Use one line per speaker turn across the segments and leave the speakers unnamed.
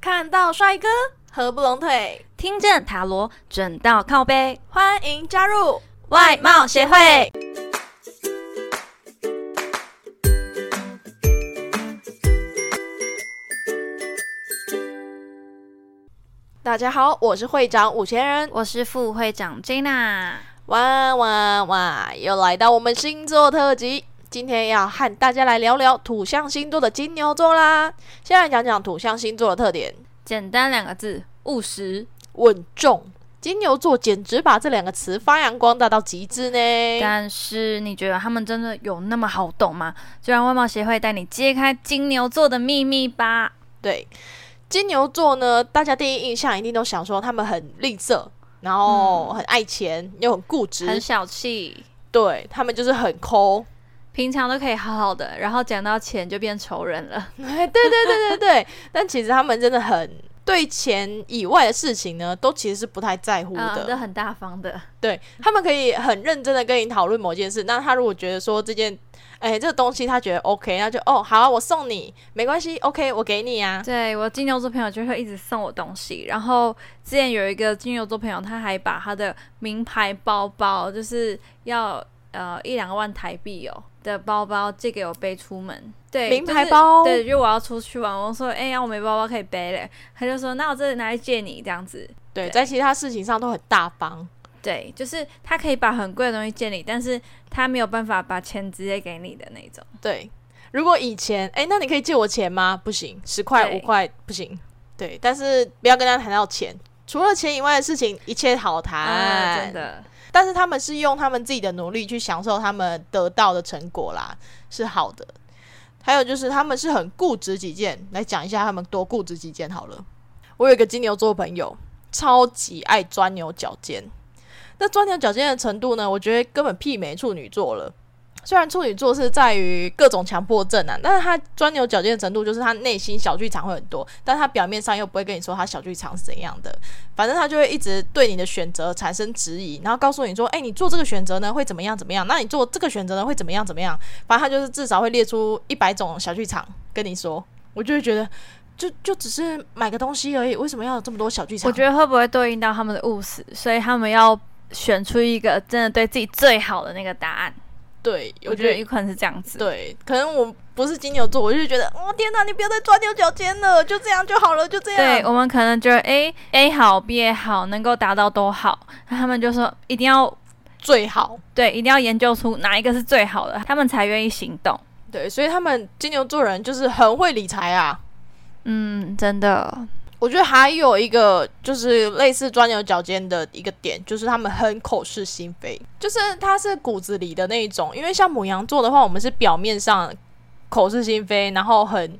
看到帅哥合不拢腿，
听见塔罗准到靠背，
欢迎加入。
外貌协会。
大家好，我是会长五千人，
我是副会长 Jenna，
哇哇哇！又来到我们星座特辑，今天要和大家来聊聊土象星座的金牛座啦。先来讲讲土象星座的特点，
简单两个字，务实。
稳重。金牛座简直把这两个词发扬光大到极致呢。
但是你觉得他们真的有那么好懂吗？就让外貌协会带你揭开金牛座的秘密吧。
对，金牛座呢，大家第一印象一定都想说他们很吝啬，然后很爱钱，又嗯很固执，
很小气，
对他们就是很抠。
平常都可以好好的，然后讲到钱就变仇人了。
哎， 对对对对对，但其实他们真的很对钱以外的事情呢，都其实是不太在乎
嗯，
的。
都很大方的。
对他们可以很认真的跟你讨论某件事，那他如果觉得说这件，哎、这个东西他觉得 OK，那就哦好啊，我送你，没关系，OK，我给你 啊。
对我金牛座朋友就会一直送我东西，然后之前有一个金牛座朋友，他还把他的名牌包包，就是要呃一两万台币哦的包包借给我背出门。对，
名
就
牌
是
包
对，就我要出去玩，我说哎呀、我没包包可以背嘞，他就说那我这里拿来借你这样子。
对，
对
在其他事情上都很大方。
对，就是他可以把很贵的东西借你，但是他没有办法把钱直接给你的那种。
对，如果以前，哎、那你可以借我钱吗？不行，十块、
对
五块不行。对，但是不要跟他谈到钱，除了钱以外的事情，一切好谈、哎
啊，真。的，
但是他们是用他们自己的努力去享受他们得到的成果啦，是好的。还有就是他们是很固执己见，来讲一下他们多固执己见好了。我有一个金牛座朋友，超级爱钻牛角尖。那钻牛角尖的程度呢，我觉得根本媲美处女座了。虽然处女座是在于各种强迫症啊，但是他钻牛角尖的程度就是他内心小剧场会很多，但他表面上又不会跟你说他小剧场是怎样的。反正他就会一直对你的选择产生质疑，然后告诉你说，哎、你做这个选择呢会怎么样怎么样，那你做这个选择呢会怎么样怎么样，反正他就是至少会列出一百种小剧场跟你说，我就会觉得。就就只是买个东西而已，为什么要有这么多小剧场？
我觉得会不会对应到他们的务实，所以他们要选出一个真的对自己最好的那个答案。
对，
我觉得啊有可能是这样子。
对，可能我不是金牛座，我就觉得，哦天哪，你不要再钻牛角尖了，就这样就好了，就这样。
对，我们可能觉得 A A 好，B 也好，能够达到都好，那他们就说一定要
最好。
对，一定要研究出哪一个是最好的，他们才愿意行动。
对，所以他们金牛座人就是很会理财啊。
嗯，真的，
我觉得还有一个就是类似钻牛角尖的一个点，就是他们很口是心非，就是他是骨子里的那一种。因为像母羊座的话，我们是表面上口是心非，然后很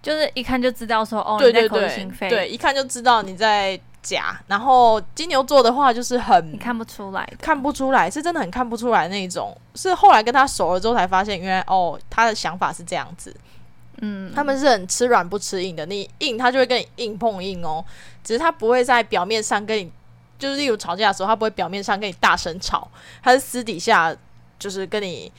就是一看就知道说哦，
对
你在
对
口是心
对
非，
对，一看就知道你在假。然后金牛座的话，就是很
你看不出来的。
看不出来，是真的很看不出来那一种。是后来跟他熟了之后才发现，原来哦，他的想法是这样子。
嗯，
他们是很吃软不吃硬的，你硬他就会跟你硬碰硬哦。只是他不会在表面上跟你，就是例如吵架的时候，他不会表面上跟你大声吵，他是私底下就是跟你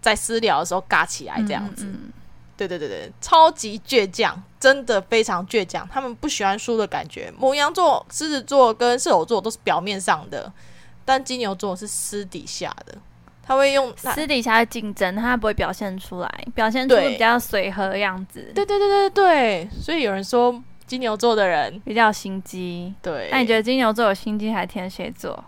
在私聊的时候尬起来这样子。
嗯嗯嗯
对对对对，超级倔强，真的非常倔强。他们不喜欢输的感觉。母羊座、狮子座跟射手座都是表面上的，但金牛座是私底下的。他会用他
私底下的竞争，他不会表现出来，表现出
对
比较随和的样子，
对对对对对，所以有人说金牛座的人，
比较心机。
对，
那你觉得金牛座有心机还是天蝎座？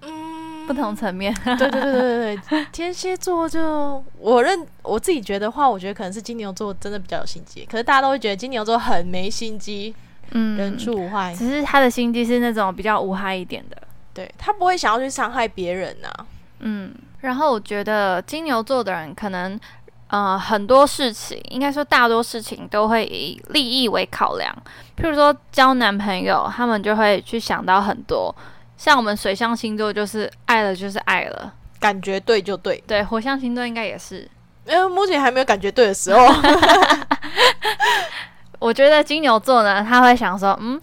嗯
不同层面，
对对对对对对，天蝎座就我认我自己觉得话，我觉得可能是金牛座真的比较有心机，可是大家都会觉得金牛座很没心机，人
嗯，
畜无害，
只是他的心机是那种比较无害一点的，
对他不会想要去伤害别人啊呐、
嗯。然后我觉得金牛座的人可能，呃，很多事情，应该说大多事情都会以利益为考量。譬如说交男朋友，他们就会去想到很多。像我们水象星座就是爱了就是爱了，
感觉对就对，
对，火象星座应该也是。
因为目前还没有感觉对的时候，
我觉得金牛座呢，他会想说，嗯，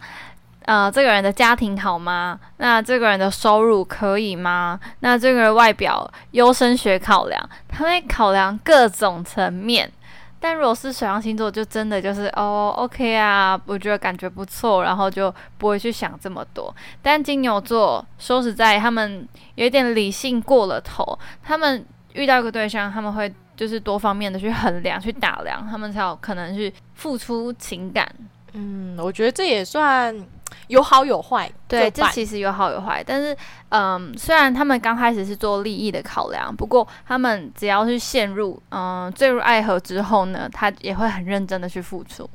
呃，这个人的家庭好吗？那这个人的收入可以吗？那这个人外表优生学考量，他会考量各种层面。但如果是水象星座，就真的就是哦，OK 啊，我觉得感觉不错，然后就不会去想这么多。但金牛座说实在，他们有一点理性过了头，他们遇到一个对象，他们会就是多方面的去衡量、去打量，他们才有可能去付出情感。
嗯，我觉得这也算有好有坏。
对，
各
这
半
其实有好有坏，但是，嗯，虽然他们刚开始是做利益的考量，不过他们只要是陷入，嗯，坠入爱河之后呢，他也会很认真的去付出。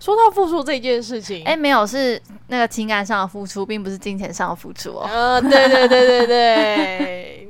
说到付出这件事情，
哎、没有，是那个情感上的付出，并不是金钱上的付出哦。
呃，对对对对 对，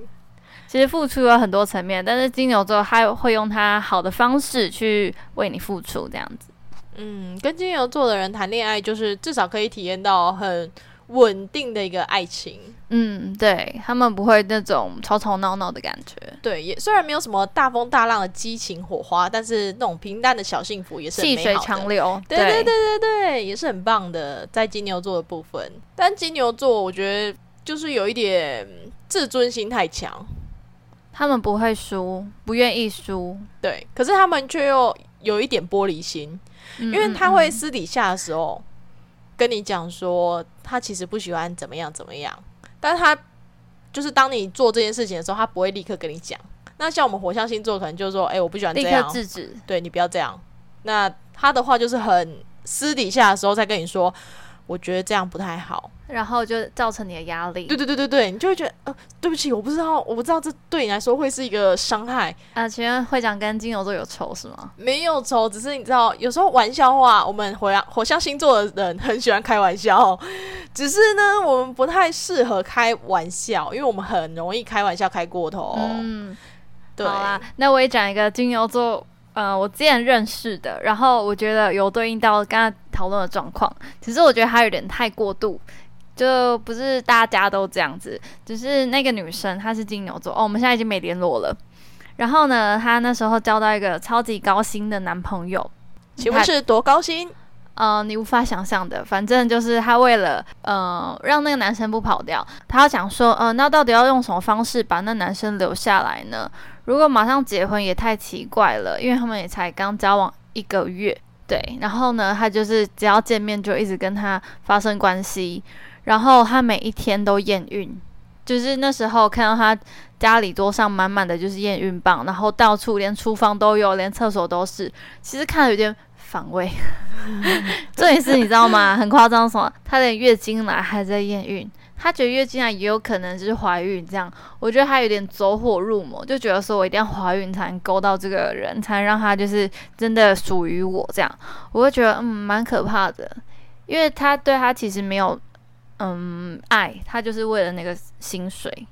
其实付出有很多层面，但是金牛座他会用他好的方式去为你付出，这样子。
嗯，跟金牛座的人谈恋爱，就是至少可以体验到很稳定的一个爱情。
嗯，对他们不会那种吵吵闹闹的感觉，
对，也虽然没有什么大风大浪的激情火花，但是那种平淡的小幸福也是很
细
美
水
好的
长流。
对对对对对，也是很棒的，在金牛座的部分。但金牛座我觉得就是有一点自尊心太强，
他们不会输，不愿意输，
对，可是他们却又有一点玻璃心，
因
因为他会私底下的时候跟你讲说他其实不喜欢怎么样怎么样，但是他就是当你做这件事情的时候，他不会立刻跟你讲。那像我们火象星座可能就是说，哎、我不喜欢这
立刻
样，
制止。
对你不要这样。那他的话就是很私底下的时候再跟你说，我觉得这样不太好。
然后就造成你的压力。
对对对对对，你就会觉得呃，对不起，我不知道，我不知道这对你来说会是一个伤害。
啊，请问会长跟金牛座有仇是吗？
没有仇，只是你知道，有时候玩笑话，我们火象火象星座的人很喜欢开玩笑，只是呢，我们不太适合开玩笑，因为我们很容易开玩笑开过头。
嗯，
哦对，
好啦，那我也讲一个金牛座，呃，我之前认识的，然后我觉得有对应到刚才讨论的状况，只是我觉得他有点太过度。就不是大家都这样子，只是那个女生她是金牛座哦，我们现在已经没联络了。然后呢，她那时候交到一个超级高薪的男朋友，
请问是多高薪？
呃，你无法想象的，反正就是她为了呃让那个男生不跑掉，她要想说，呃，那到底要用什么方式把那男生留下来呢？如果马上结婚也太奇怪了，因为他们也才刚交往一个月，对。然后呢，她就是只要见面就一直跟他发生关系，然后她每一天都验孕，就是那时候看到她家里桌上满满的就是验孕棒，然后到处连厨房都有，连厕所都是，其实看了有点反胃。重点是你知道吗？ 很夸张，什么？她的月经来还在验孕，她觉得月经来也有可能就是怀孕这样。我觉得她有点走火入魔，就觉得说我一定要怀孕才能勾到这个人，才能让他就是真的属于我这样。我会觉得嗯，蛮可怕的，因为她对他其实没有嗯爱，她就是为了那个薪水，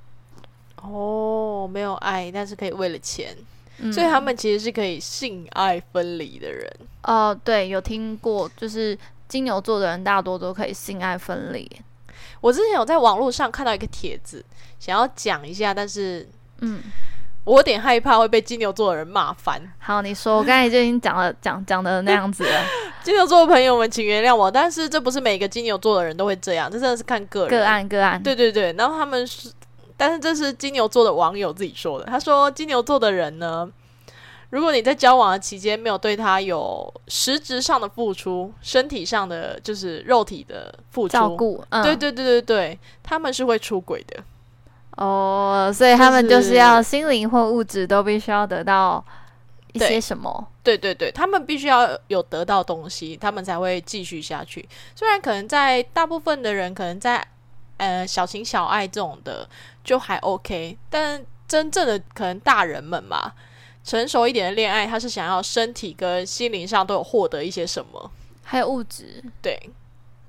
哦，没有爱，但是可以为了钱，
嗯、
所以他们其实是可以性爱分离的人。
哦、对，有听过，就是金牛座的人大多都可以性爱分离，
我之前有在网络上看到一个帖子，想要讲一下，但是
嗯。
我有点害怕会被金牛座的人骂 翻。
好，你说，我刚才就已经讲了，讲讲的那样子了，
金牛座的朋友们，请原谅我，但是这不是每个金牛座的人都会这样，这真的是看个人。
个案个 案，
对对对，然后他们是，但是这是金牛座的网友自己说的。他说，金牛座的人呢，如果你在交往的期间没有对他有实质上的付出，身体上的就是肉体的付出，
照顾，嗯，
对对对对对，他们是会出轨的。
哦，所以他们就
就是
是要心灵或物质都必须要得到一些
对
什么，
对对对，他们必须要有得到东西，他们才会继续下去。虽然可能在大部分的人，可能在呃小情小爱这种的就还 OK，但真正的可能大人们嘛，成熟一点的恋爱，他是想要身体跟心灵上都有获得一些什么。
还有物质，
对，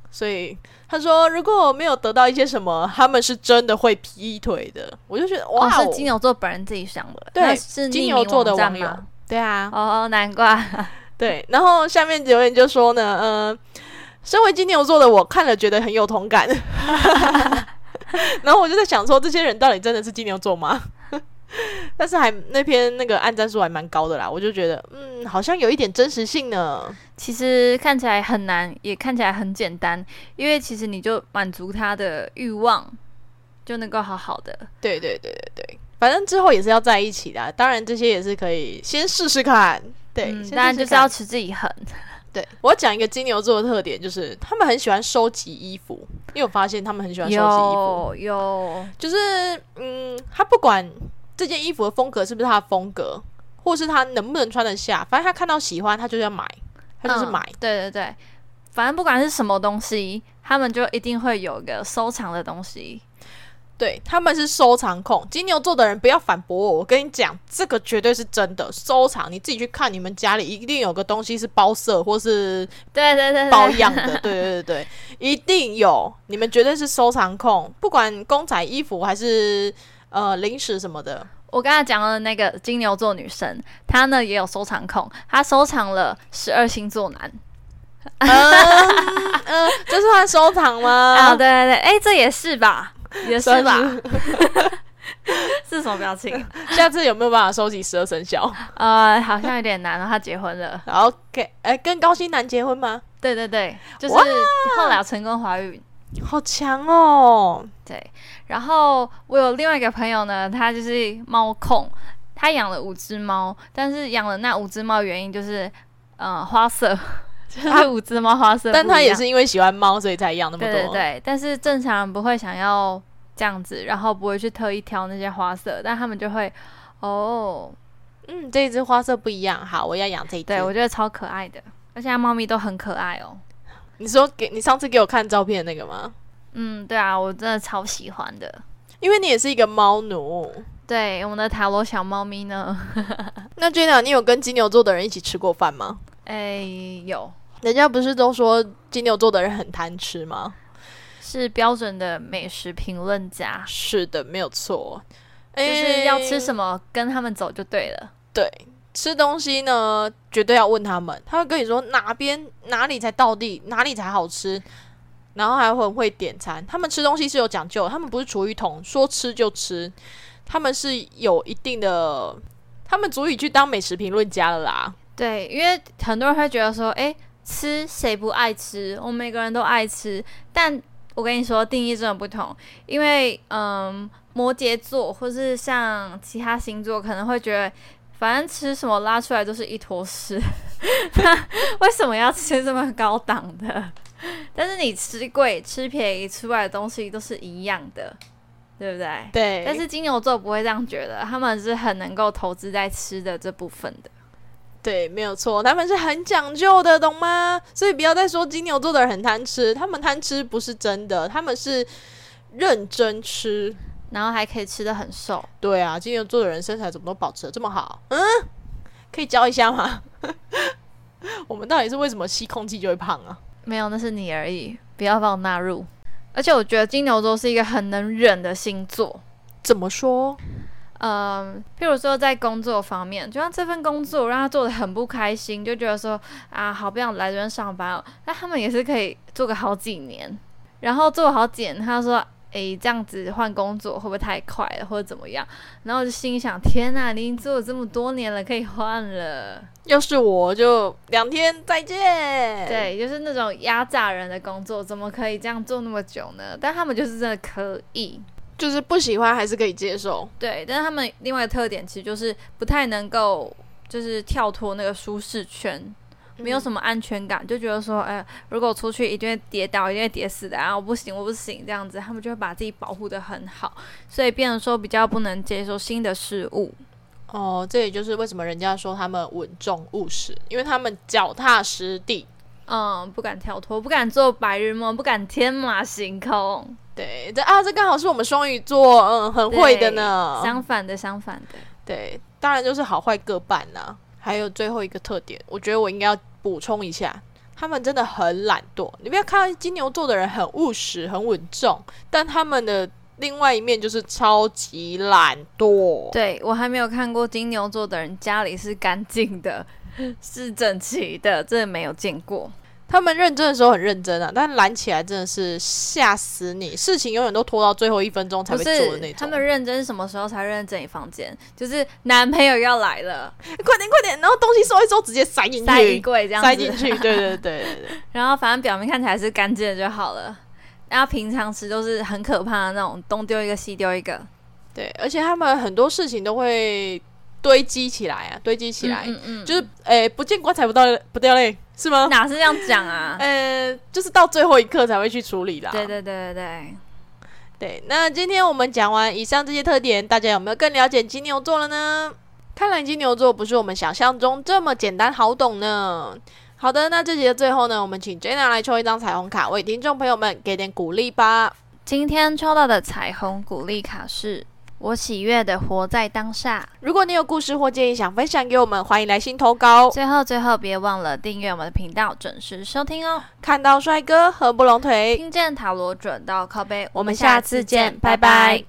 所以他说，如果我没有得到一些什么，他们是真的会劈腿的。我就觉得哇、
哦，
哦，
是金牛座本人自己想的，
对
那是
金
匿
牛
名
座的
网站
网友
吗，
对啊，
哦，难怪，
对，然后下面留言就说呢，嗯、身为金牛座的我看了觉得很有同感， 然后我就在想说，这些人到底真的是金牛座吗？ 但是还那篇那个按赞数还蛮高的啦，我就觉得，嗯，好像有一点真实性呢。
其实看起来很难，也看起来很简单，因为其实你就满足他的欲望，就能够好好的，
对对对对对，反正之后也是要在一起的啊，当然这些也是可以先试试看。对，
嗯，
先
当然
试
就
试
是要
看
持之以恒。
对。我要讲一个金牛座的特点，就是他们很喜欢收集衣服，因为我发现他们很喜欢收集衣服。
有有，
就是嗯，他不管这件衣服的风格是不是他的风格，或是他能不能穿得下，反正他看到喜欢，他就要买，他就是
嗯
买。
对对对，反正不管是什么东西，他们就一定会有一个收藏的东西。
对，他们是收藏控。金牛座的人不要反驳我，我跟你讲，这个绝对是真的。收藏，你自己去看，你们家里一定有个东西是包色或是
对对对对，
包样 的。对对对对，一定有，你们绝对是收藏控，不管公仔、衣服还是呃零食什么 的。
我刚才讲的那个金牛座女生，她呢也有收藏控，她收藏了十二星座男
嗯嗯，这算收藏吗？
啊，对对对，哎，这也是吧，也是
算
吧， 是什么表情？啊
下次有没有办法收集十二生 肖
呃，好像有点难哦，她结婚了，
？OK，哎、跟高鑫男结婚吗？
对对对，就是
哇
后来有成功怀孕。
好强哦！
对，然后我有另外一个朋友呢，他就是猫控，他养了五只猫，但是养了那五只猫的原因就是，呃，花色， 就是五只猫花色不一
啊
样，
但他也是因为喜欢猫，所以才养那么多。啊
对对对，但是正常人不会想要这样子，然后不会去特意挑那些花色，但他们就会，哦，
嗯，这一只花色不一样，好，我要养这一只。
对我觉得超可爱的，而且它猫咪都很可爱哦。
你说给你上次给我看照片那个吗？
嗯，对啊，我真的超喜欢的。
因为你也是一个猫奴。
对，我们的塔罗小猫咪呢？
那 Jenna，你有跟金牛座的人一起吃过饭吗？
哎，有
人家不是都说金牛座的人很贪吃吗？
是标准的美食评论家，
是的，没有错。就
就是要吃
么？
什么跟他们走就对了。
对，吃东西呢，绝对要问他们，他会跟你说哪边哪里才到地，哪里才好吃，然后还很会点餐。他们吃东西是有讲究的，他们不是厨余桶，说吃就吃，他们是有一定的，他们足以去当美食评论家了啦。
对，因为很多人会觉得说，哎，吃谁不爱吃？我们每个人都爱吃，但我跟你说，定义真的不同。因为，嗯，摩羯座或是像其他星座，可能会觉得，反正吃什么拉出来都是一坨屎， 那为什么要吃这么高档的？但是你吃贵吃便宜出来的东西都是一样的，对不对？
对，
但是金牛座不会这样觉得，他们是很能够投资在吃的这部分的。
对，没有错，他们是很讲究的，懂吗？所以不要再说金牛座的人很贪吃，他们贪吃不是真的，他们是认真吃。
然后还可以吃的很瘦。
对啊，金牛座的人身材怎么都保持的这么好？嗯，可以教一下吗？ 我们到底是为什么吸空气就会胖啊？
没有，那是你而已，不要把我纳入。而且我觉得金牛座是一个很能忍的星座。
怎么说？
嗯，譬如说在工作方面，就像这份工作让他做的很不开心，就觉得说啊，好不想来这边上班哦。那他们也是可以做个好几年，然后做好几年，他说，诶，这样子换工作会不会太快了，或者怎么样？然后我就心里想，天呐，你已经做了这么多年了，可以换了。
要是我就两天再见。，
对，就是那种压榨人的工作，怎么可以这样做那么久呢？但他们就是真的可以，
就是不喜欢还是可以接受。
对。但是他们另外一个特点其实就是不太能够，就是跳脱那个舒适圈，没有
么
什么安全感，就觉得说，哎、如果我出去一定会跌倒，一定会跌死的啊，我不行，我不行这样子，他们就会把自己保护的很好，所以变得说比较不能接受新的事物。
哦，这也就是为什么人家说他们稳重务实，因为他们脚踏实地。
嗯，不敢跳脱，不敢做白日梦，不敢天马行空。
对，这啊，这刚好是我们双鱼座，嗯，很会的呢。
相反的，相反的。
对，当然就是好坏各半啦、还有最后一个特点，我觉得我应该要补充一下，他们真的很懒惰。你不要看金牛座的人很务实、很稳重，但他们的另外一面就是超级懒惰。
对我还没有看过金牛座的人家里是干净的， 是整齐的，这没有见过。
他们认真的时候很认真啊，但懒起来真的是吓死你，事情永远都拖到最后一分钟才
不
会做的那
是
种。
他们认真是什么时候才认真整理房间？就是男朋友要来了，
快点快点，然后东西收一收，直接塞进
塞衣
去，
柜这样
塞进
子，
去，对对对对对。
然后反正表面看起来是干净的就好了。然后平常吃都是很可怕的那种，东丢一个西丢一个。
对，而且他们很多事情都会堆积起来啊，堆积起来，
嗯嗯，
就是诶、不见棺材不掉不掉泪是吗？
哪是这样 讲啊？
呃，就是到最后一刻才会去处理啦。
对对对对对，
对，那今天我们讲完以上这些特点，大家有没有更了解金牛座了呢？看来金牛座不是我们想象中这么简单好懂呢。好的，那这集的最后呢，我们请 Jenna 来抽一张彩虹卡，为听众朋友们给点鼓励吧。
今天抽到的彩虹鼓励卡是：我喜悦的活在当下。
如果你有故事或建议想分享给我们，欢迎来信投稿。
最后最后，别忘了订阅我们的频道，准时收听哦。
看到帅哥合不拢腿，
听见塔罗准到靠背，
哎我们下次见，拜拜。